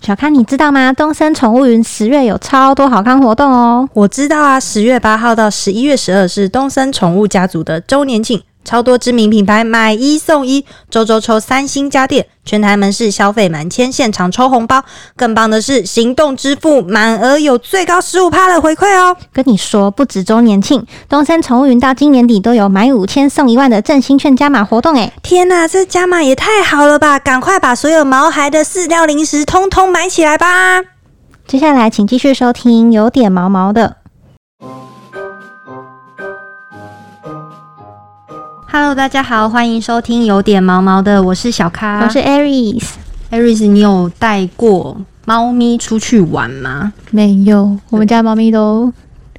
小康，你知道吗？东森宠物云十月有超多好康活动哦！我知道啊，十月八号到十一月十二是东森宠物家族的周年庆，超多知名品牌买一送一，周周抽三星家电，全台门市消费满千现场抽红包，更棒的是行动支付满额有最高十五趴的回馈哦！跟你说，不止周年庆，东森宠物云到今年底都有买五千送一万的振兴券加码活动诶。天呐、这加码也太好了吧！赶快把所有毛孩的饲料零食通通买起来吧！接下来请继续收听，有点毛毛的。 Hello，大家好，欢迎收听有点毛毛的，我是小咖。我是 Aries， Aris，你有带过猫咪出去玩吗？没有，我们家猫咪都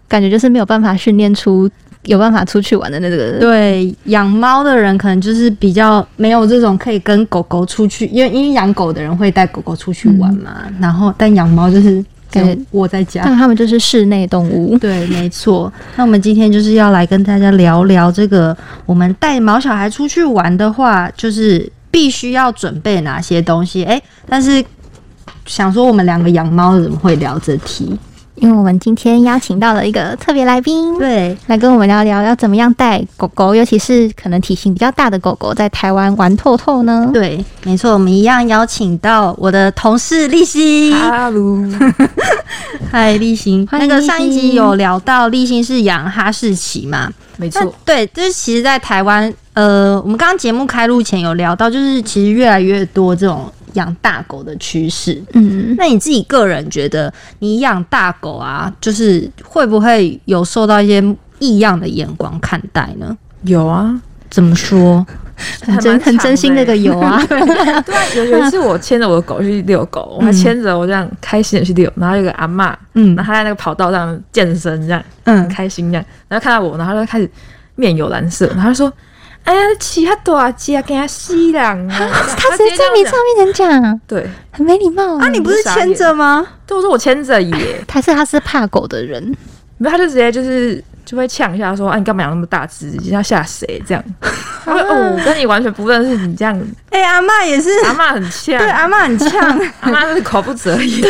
感觉就是没有办法训练出有办法出去玩的那个。对，养猫的人可能就是比较没有这种可以跟狗狗出去，因为因为养狗的人会带狗狗出去玩嘛，然后但养猫就是感觉只有窝在家。但它们就是室内动物，对，没错。那我们今天就是要来跟大家聊聊这个，我们带毛小孩出去玩的话，就是必须要准备哪些东西。哎、但是想说我们两个养猫的怎么会聊这题？因为我们今天邀请到了一个特别来宾，对，来跟我们聊聊要怎么样带狗狗，尤其是可能体型比较大的狗狗在台湾玩透透呢。对，没错，我们一样邀请到我的同事立新。哈喽，嗨，立新，欢那迎个上一立新集有聊到立新是养哈士奇嘛？ 没那错，对，就是其实，在台湾，呃，我们刚刚节目开录前有聊到，就是其实越来越多这种养大狗的趋势。嗯，那你自己个人觉得，你养大狗啊，就是会不会有受到一些异样的眼光看待呢？有啊，怎么说？很真很真心那个有啊，对啊，有有一次我牵着我的狗去遛狗，我还牵着我这样开心的去遛，然后有个阿嬷，嗯 然后她在那个跑道上健身，这样 很嗯，开心这样，然后看到我，然后她就开始面有蓝色，然后她说：“哎呀，骑他多少鸡啊，给他吸氧啊！”他他直接在你上面人讲，对，很没礼貌啊啊，你不是牵着吗？对我说我牵着耶，还是他是怕狗的人，没有，他就直接就是。就会呛一下说：“啊，你干嘛养那么大只？你要吓谁？”这样，他说：“哦，我跟你完全不认识，你这样，哎、阿妈也是， 阿嬷很呛，对，啊阿 妈很呛。阿嬷是口不择言。”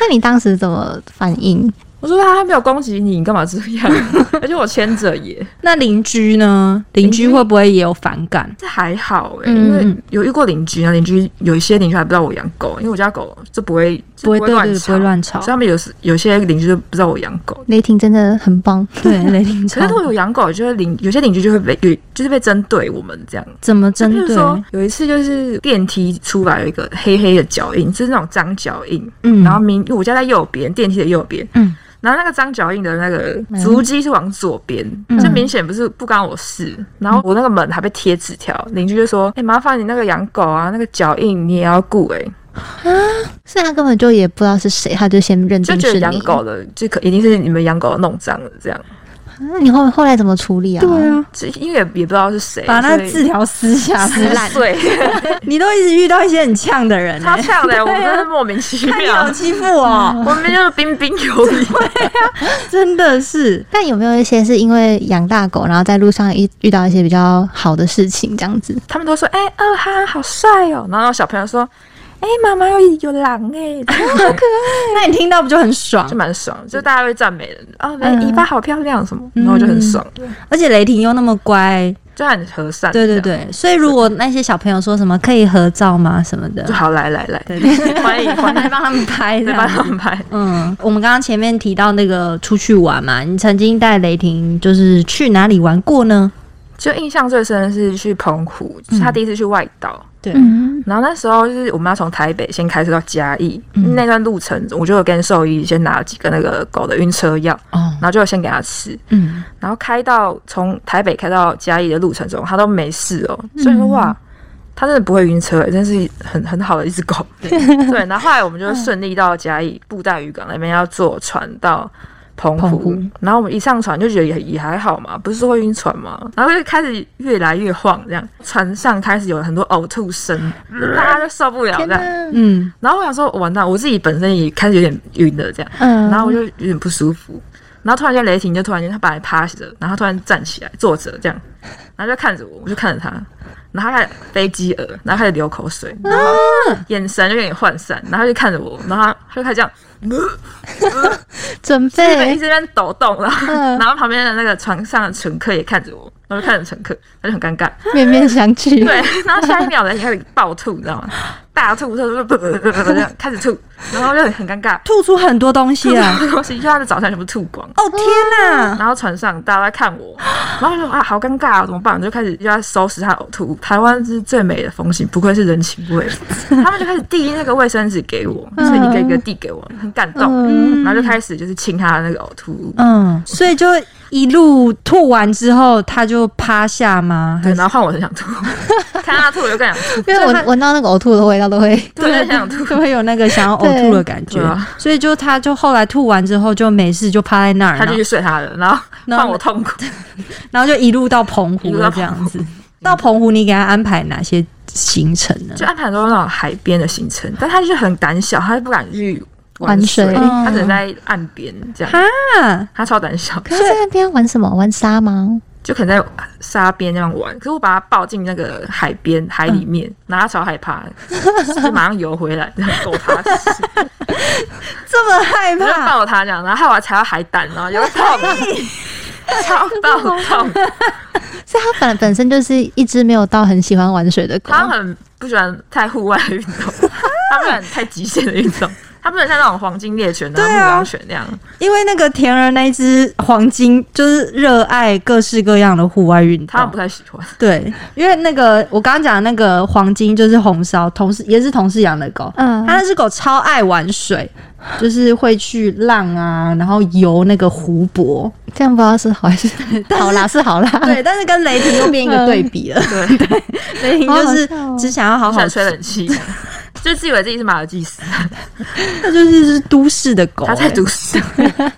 那你当时怎么反应？我说啊他没有攻击你，你干嘛这 样？而且我牵着耶，那邻居呢？邻居会不会也有反感？这还好哎、嗯因为有遇过邻居，那啊邻居有一些邻居还不知道我养狗，因为我家狗就不会就不会对对，乱不吵，啊会乱吵所以。他们有时有些邻居就不知道我养狗。雷霆真的很棒，对，雷霆超 可是我有养狗，就是邻有些邻居就会被有就是被针对我们这样。怎么针就譬如对？说有一次就是电梯出来有一个黑黑的脚印，就是那种脏脚印，嗯然后明因为我家在右边，电梯的右边，嗯，然后那个张脚印的那个嗯足迹是往左边，嗯这明显不是不干我事。然后我那个门还被贴纸条，邻居就说：“嗯哎、麻烦你那个养狗啊，那个脚印你也要顾哎、是他根本就也不知道是谁，他就先认就定觉是得你。养狗的就可一定是你们养狗弄脏了这样。那你后后来怎么处理啊？啊，啊，就因为也也不知道是谁，把那所以字条撕下撕来。 碎， 你都一直遇到一些很呛的人、超欸，呛 嗯的、我们真是莫名其看你妙有。欺负 我，我们就是彬彬有 礼，真的是。但有没有一些是因为养大狗，然后在路上遇遇到一些比较好的事情，这样子？他们都说：“哎、二哈好帅哦。”然后小朋友说：“哎、妈妈有有狼哎、那你听到不就很爽就？蛮爽，就大家会赞美人啊，嗯尾巴好漂亮什么，然后我就嗯很爽，而且雷霆又那么乖，就很和善，对对，对。所以如果那些小朋友说什么可以合照吗什么的就，好来来来，对对，欢迎欢迎，帮他们拍 这再样帮。他们拍。嗯，我们刚刚前面提到那个出去玩嘛，你曾经带雷霆就是去哪里玩过呢？就印象最深的是去澎湖，就嗯是他第一次去外岛。对嗯，然后那时候就是我们要从台北先开车到嘉义，嗯那段路程我就有跟兽医先拿了几个那个狗的晕车药，哦，然后就有先给他吃，嗯，然后开到从台北开到嘉义的路程中，他都没事哦。所以说哇，他真的不会晕车、欸真是很很好的一只狗。对，然后后来我们就顺利到嘉义布袋渔港那边要坐船到。澎湖，澎湖然后我们一上船就觉得也也还好嘛，不是说会晕船嘛，然后就开始越来越晃，这样船上开始有很多呕吐声，大家都受不了这天样。哪，嗯，然后我想说，完蛋，我自己本身也开始有点晕了这样，嗯然后我就有点不舒服，然后突然间雷霆就突然间他本来趴着，然后他突然站起来坐着这样，然后就看着我，我就看着他，然后他开始飞机耳，然后开始流口水，然后眼神就有点涣散，然后他就看着我，然后他他就开始这样，准备基本一直在那边抖动，然后、嗯然后旁边的那个床上的乘客也看着我，然后就看着乘客，他就很尴尬，面面相觑。对，然后下一秒呢，开始暴吐，你知道吗？大吐，他就这样开始吐，然后就很很尴尬，吐出很多东西啊！吐东西，就他的早餐全部吐光。哦天哪！然后船上大家在看我，然后就说啊，好尴尬、哦，怎么办？我就开始就在收拾他的呕吐物。台湾是最美的风景，不愧是人情 味。他们就开始递那个卫生纸给我，嗯就是一个一个递给我，很感动。嗯，然后就开始就是亲他的那个呕吐物，嗯，所以就一路吐完之后，他就趴下吗？还对，是然后换我很想吐， 看他吐我就更想吐，因为我闻到那个呕吐的味道都会，对，很想吐。就会有那个想要呕吐的感觉对啊。所以就他就后来吐完之后就没事，就趴在那儿，他然就后去睡他的，然后然后换我痛苦。然后就一路到澎湖一路了到这样子。到澎湖，你给他安排哪些行程呢？就安排很多那种海边的行程，但他就是很胆小，他就不敢去水，玩水他只能在岸边这样，啊，他超胆小，可是在那边玩什么？玩沙吗？就可能在沙边那样玩。可是我把他抱进那个海边海里面，然后他超害怕，就马上游回来，这样够他吃，这么害我就怕，抱他这样，然后害我还踩到海胆，然后就痛，超爆痛，所以它本本身就是一只没有到很喜欢玩水的狗。他很不喜欢太户外的运动，他不喜欢太极限的运动。他不能像那种黄金猎犬啊、对牧啊羊犬那样， 因为那个田儿那一只黄金就是热爱各式各样的户外运他们动不。太喜欢。 对，因为那个我刚刚讲的那个黄金就是红烧，同事也是同事养的狗，嗯它那只狗超爱玩水，就是会去浪啊，然后游那个湖泊。这样不知道是好还是好啦，是好啦。对，但是跟雷霆又变一个 对比了。嗯 对，雷霆就是好好笑哦只想要好好好想吹冷气，就自以为自己是马尔济斯，哦那就是是都市的狗、他在欸读书。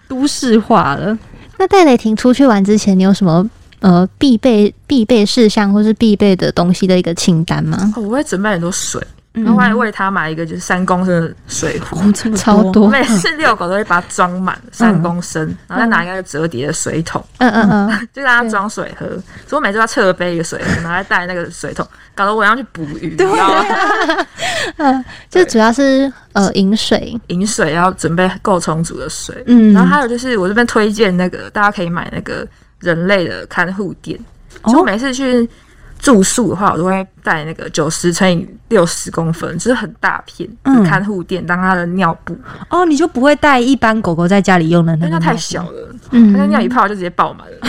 都市化了。那带雷霆出去玩之前，你有什么呃必备必备事项或是必备的东西的一个清单吗？哦我会准备很多水，嗯然后我还为他买一个就是三公升的水壶。哦，这么超我多，每次遛狗都会把它装满三公升，嗯然后再拿一个折叠的水桶，嗯嗯 嗯，就让它装水喝。所以我每次都要侧背一个水壶，然后再带那个水桶，搞得我要去捕鱼，对然后就主要是呃饮水，饮水要准备够充足的水。嗯然后还有就是我这边推荐那个大家可以买那个人类的看护垫，哦就我每次去住宿的话，我都会带那个九十乘以六十公分，就是很大片嗯的看护垫当它的尿布，哦，你就不会带一般狗狗在家里用的因那为个它太尿小了，它那嗯，尿一泡就直接爆满 了。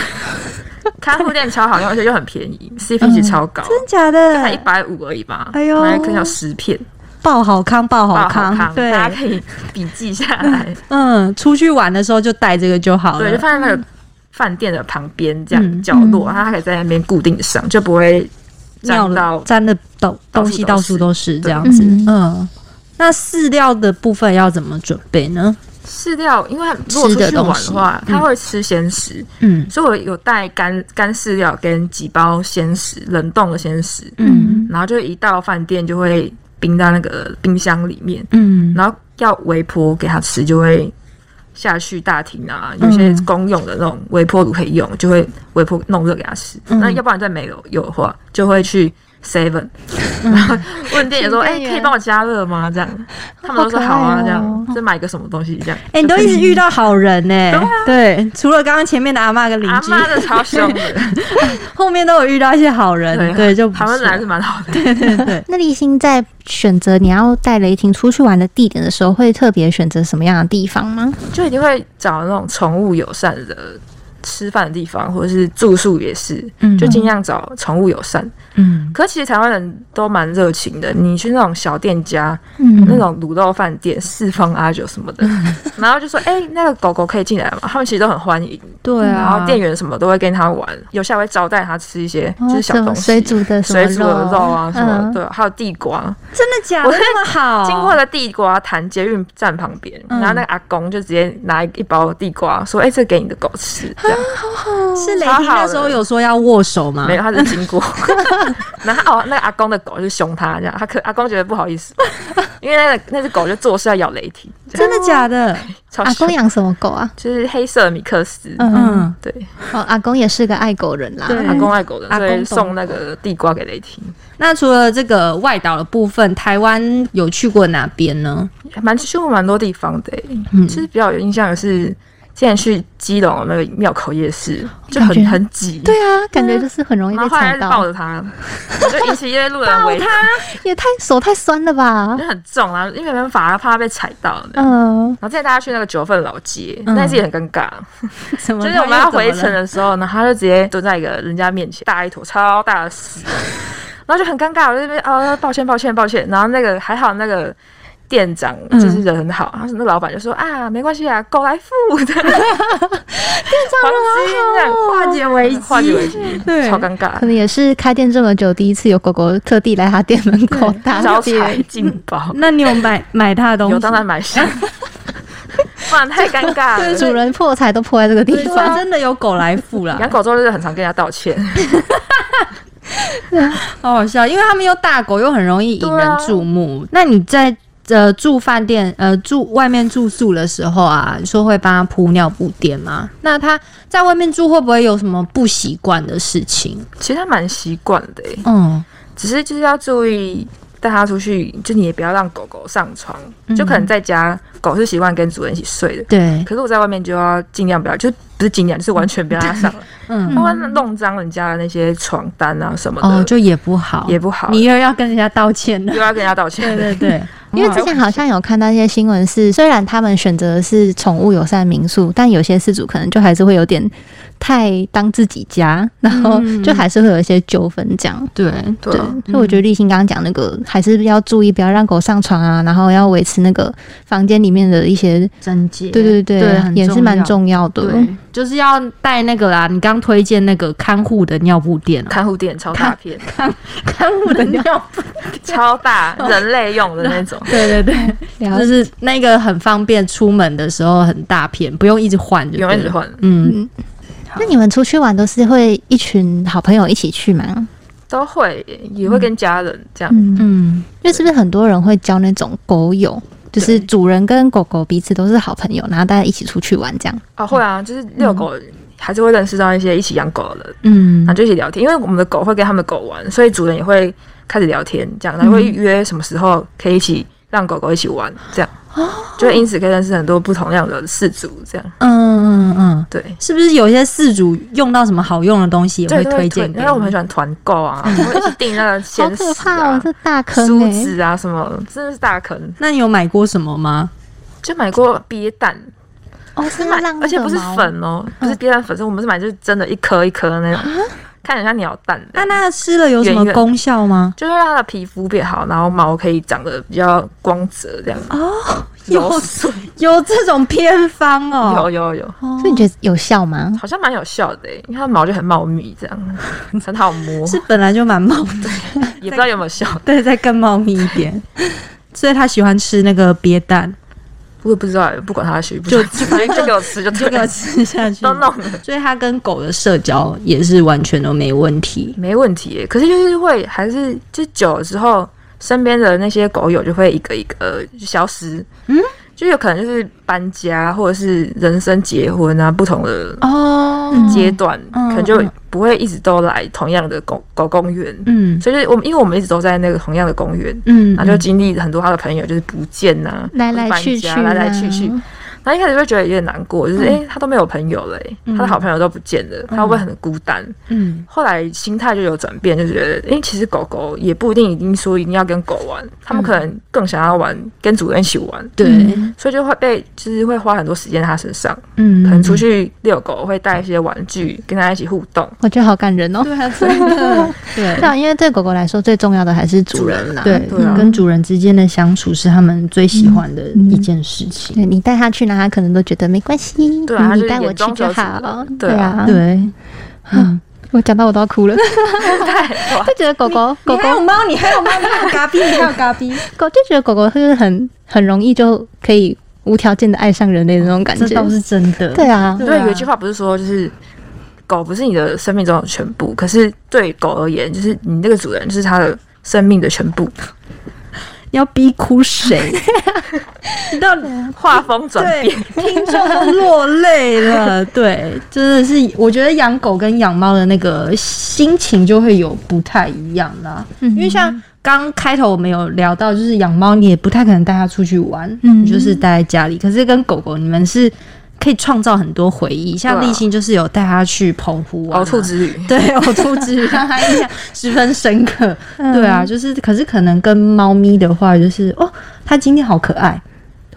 看护垫超好用，而且又很便宜，CP 值超高，嗯真假才一的？百五而已吧。哎呦买可能有十片，爆好康，爆好爆康，康，对，大家可以 笔记下 来。嗯，出去玩的时候就带这个就哦好对，就嗯了。放在那个饭店的旁边这样、嗯角落，然后它可以在那边固定上，就不会尿沾到了沾的东到处东西都到是处都是这对样子。嗯嗯，那饲料的部分要怎么准备呢？饲料。因为它如果吃出的去玩东西的话，它会吃鲜食，嗯所以我有带干干饲料跟几包鲜食，冷冻的鲜食，嗯然后就一到饭店就会冰到那个冰箱里面，嗯然后要微波给它吃，就会。下去大厅啊，有些嗯公用的那种微波炉可以用，就会微波弄热给它吃。嗯那要不然再没有有的话，就会去 Seven 嗯，问店员 说：“请哎、店员可以帮我加热吗？”这样，他们都说好可爱好啊，哦这样再买个什么东西这样。哎，你都一直遇到好人呢对啊。对，除了刚刚前面的阿嬷跟邻阿居，妈的超 凶的，后面都有遇到一些好人，对对，就不台湾错人还是蛮好的。对对。那立新在选择你要带雷霆出去玩的地点的时候，会特别选择什么样的地方吗？就一定会找那种宠物友善的吃饭的地方，或者是住宿也是，嗯就尽量找宠物友善。嗯可其实台湾人都蛮热情的，你去那种小店家，那嗯，种卤肉饭店、四方阿九什么的， 然后就说：“哎、那个狗狗可以进来吗？”他们其实都很欢迎，对然后啊，店员什么都会跟他玩，有些还会招待他吃一些就是小哦什么东西，水煮的什么水煮的肉啊什么，嗯对，还有地瓜。真的假的我是那么好？经过了地瓜潭捷运站旁边，嗯然后那个阿公就直接拿一包地瓜，说：“哎，这给你的狗吃。”这样样，是雷超霆好那的时候有说要握手啊吗？没有，他是经 过，然后哦，那个阿公的狗就凶他这样，他可阿公觉得不好 意思，因为那个那只狗就做事要咬雷霆，这样真的假的？超阿凶公，养什么狗啊？就是黑色的米克斯，嗯，嗯，对，哦，阿公也是个爱狗人啦。啊对阿公爱狗的，阿公所以懂送那个地瓜给雷霆，那除了这个外岛的部分，台湾有去过哪边呢？还蛮去过蛮多地方的欸、嗯其实比较有印象的是之前去基隆那个庙口夜市，就感很觉很挤，对啊，感觉就是很容易然被后后来踩就抱到，着它，就引起一些路 人围他，也太手太酸了吧因？为很重啊，因为没办法，怕它被踩到的。嗯，然后之前大家去那个九份老街，嗯那次也很尴尬，什么？就是我们要回程它又怎么了，的时候，然后他就直接蹲在一个人家面前，大一坨超大的屎，然后就很尴尬，我就在那边啊，抱歉抱歉抱歉。然后那个还好那个。店长嗯就是人很好，他说那老板就说啊，没关系啊，狗来付的。店长很好，化解危机，化解危机，对 超尴尬，可能也是开店这么久，第一次有狗狗特地来他店门口大招财便。进 宝，那你有买买它的东西？有当然买下， 不然太尴尬 了。主人破财都破在这个地对啊所以方，真的有狗来付啦养，狗之后就是很常跟人家道歉，好好笑，因为他们又大狗，又很容易引对人啊注目。那你在呃住饭店呃住外面住宿的时候啊，你说会帮他铺尿布垫吗？那他在外面住会不会有什么不习惯的事情？其实他蛮习惯的欸、嗯，只是就是要注意带它出去，就你也不要让狗狗上床，就可能在家狗是习惯跟主人一起睡的，对，可是我在外面就要尽量不要，就是不是尽量，就是完全不要让它上来，嗯， 它会弄脏人家的那些床单啊什么的，哦，就也不好，也不好，你又要跟人家道歉了又。要跟人家道对歉。对对，因为之前好像有看到一些新闻是，虽然他们选择的是宠物友善民宿，但有些事主可能就还是会有点太当自己家，然后嗯就还是会有一些纠纷这样。 对对对，啊嗯所以我觉得立新刚刚讲那个还是要注意，不要让狗上床啊，然后要维持那个房间里面的一些，贞洁，对对对，对很也是蛮重要重要的。对，就是要带那个啦，你刚推荐那个看护的尿布垫啊，看护垫超大片，看护的尿布，，超大，人类用的那种 对对 对，了就解是那个很方便，出门的时候很大片，不用一直换就对永了，远只换。嗯，那你们出去玩都是会一群好朋友一起去吗？都会，也会跟家人这样。嗯，嗯因为是不是很多人会交那种狗友，就是对主人跟狗狗彼此都是好朋友，然后大家一起出去玩这样。啊，会啊，就是遛狗还是会认识到一些一起养狗的人，然嗯后就一起聊天，因为我们的狗会跟他们的狗玩，所以主人也会开始聊天，这样，然嗯后会约什么时候可以一起让狗狗一起玩，这样，哦就会因此可以认识很多不同样的氏族，这样，嗯嗯嗯，对。是不是有些事主用到什么好用的东西也对会都会推荐给因为我们很你？喜欢团购啊，我们会一起订那个 好鲜可食怕哦啊，、这大坑梳哎、子啊，什么真的是大坑，那你有买过什么吗？就买过鳖蛋，哦，是买浪漫，嗯而且不是粉哦，不是鳖蛋粉，是我们是买就是真的一颗一颗的那种，啊看起来像鸟蛋的那。那吃了有什么圆圆功效吗？就是让它的皮肤变好，然后毛可以长得比较光泽这样。哦，有有有这种偏方哦，有有有，所以你觉得有效吗？好像蛮有效的欸，因为它的毛就很茂密，这样很好摸，是本来就蛮冒也不知道有没有效，对，再更茂密一点。所以他喜欢吃那个鳖蛋，我也不知道欸，不管它喜不喜欢吃，反正就给我吃就就对给我了，吃下去都。弄了。所以他跟狗的社交也是完全都没问题。没问题耶，可是就是会还是就久了之后，身边的那些狗友就会一个一个呃就消失，嗯，就有可能就是搬家或者是人生结婚啊，不同的哦阶段，嗯可能就不会一直都来同样的狗狗公园，嗯所以就是我们因为我们一直都在那个同样的公园。嗯，然后就经历很多他的朋友就是不见呐、啊，来来搬去去家啊，来来去去。然后一开始就会觉得有点难过，就是哎、嗯诶他都没有朋友了、诶他的好朋友都不见了，他会不会很孤单？嗯后来心态就有转变，就觉得，哎、其实狗狗也不一定一定说一定要跟狗玩，他们可能更想要玩跟主人一起玩，嗯对所以就会被就是会花很多时间在他身上，嗯，可能出去遛狗会带一些玩具跟他一起互动，我觉得好感人哦。 对啊，真的对对啊， 因为对狗狗来说，最重要的还是主人啦。对对啊跟主人之间的相处是他们最喜欢的一件事情。对你带它去哪，它可能都觉得没关系。嗯对啊它你就是带我眼去中就手指好了。对对啊啊，对，我讲到我都要哭了， 太哇就觉得狗狗狗你还有狗猫， 你还有猫，你还有嘎逼，你还有嘎逼。狗就觉得狗狗就是很很容易就可以无条件的爱上人类的那种感这觉。倒是真的。对啊，对，有一句话不是说就是狗不是你的生命中的全部，可是对狗而言，就是你那个主人就是它的生命的全部。你要逼哭谁？你到底 画风转对变，听众都落泪 了。对，真的是，我觉得养狗跟养猫的那个心情就会有不太一样啦。嗯因为像刚开头我们有聊到，就是养猫你也不太可能带它出去玩，嗯你就是待在家里。可是跟狗狗，你们是可以创造很多回忆。像对啊立新就是有带它去澎湖玩、啊呕吐。之旅。对，呕吐之旅让他印象 十分深刻。嗯对啊，就是可是可能跟猫咪的话，就是哦，它今天好可爱，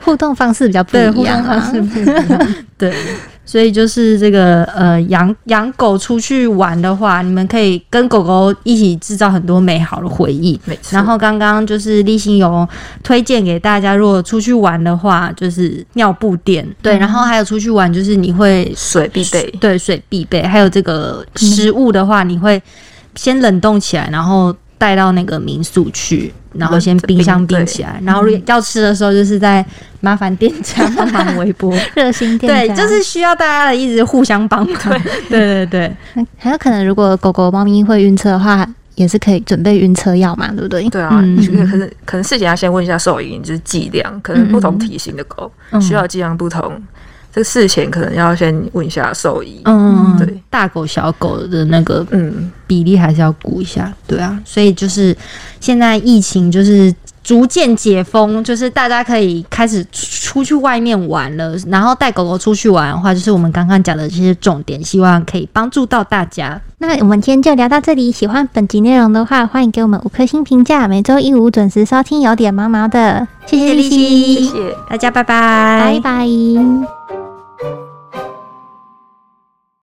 互动方式比较不对，一互样动方啊。式不一样。对，所以就是这个呃，养养狗出去玩的话，你们可以跟狗狗一起制造很多美好的回忆。没错，然后刚刚就是立新有推荐给大家，如果出去玩的话，就是尿布嗯垫。对，然后还有出去玩，就是你会水必备，对水必备，还有这个食物的话，你会先冷冻起来，然后带到那个民宿去，然后先冰箱冰起来，然后如果要吃的时候就是在麻烦店 家帮忙微波。 热心店对，家就是需要大家的一直互相帮忙。对对对还有可能，如果狗狗、猫咪会晕车的话，也是可以准备晕车药嘛，对不对？对啊，嗯你可可能可能事情要先问一下兽医，就是剂量，可能不同体型的狗嗯需要剂量不同，这个事前可能要先问一下兽医。嗯，对，大狗小狗的那个嗯，比例还是要估一下，对啊，所以就是现在疫情就是逐渐解封，就是大家可以开始出去外面玩了，然后带狗狗出去玩的话，就是我们刚刚讲的这些重点，希望可以帮助到大家。那我们今天就聊到这里。喜欢本集内容的话，欢迎给我们五颗星评价。每周一五准时收听，有点毛毛的，谢谢谢谢丽丽西，谢西谢。大家拜拜拜。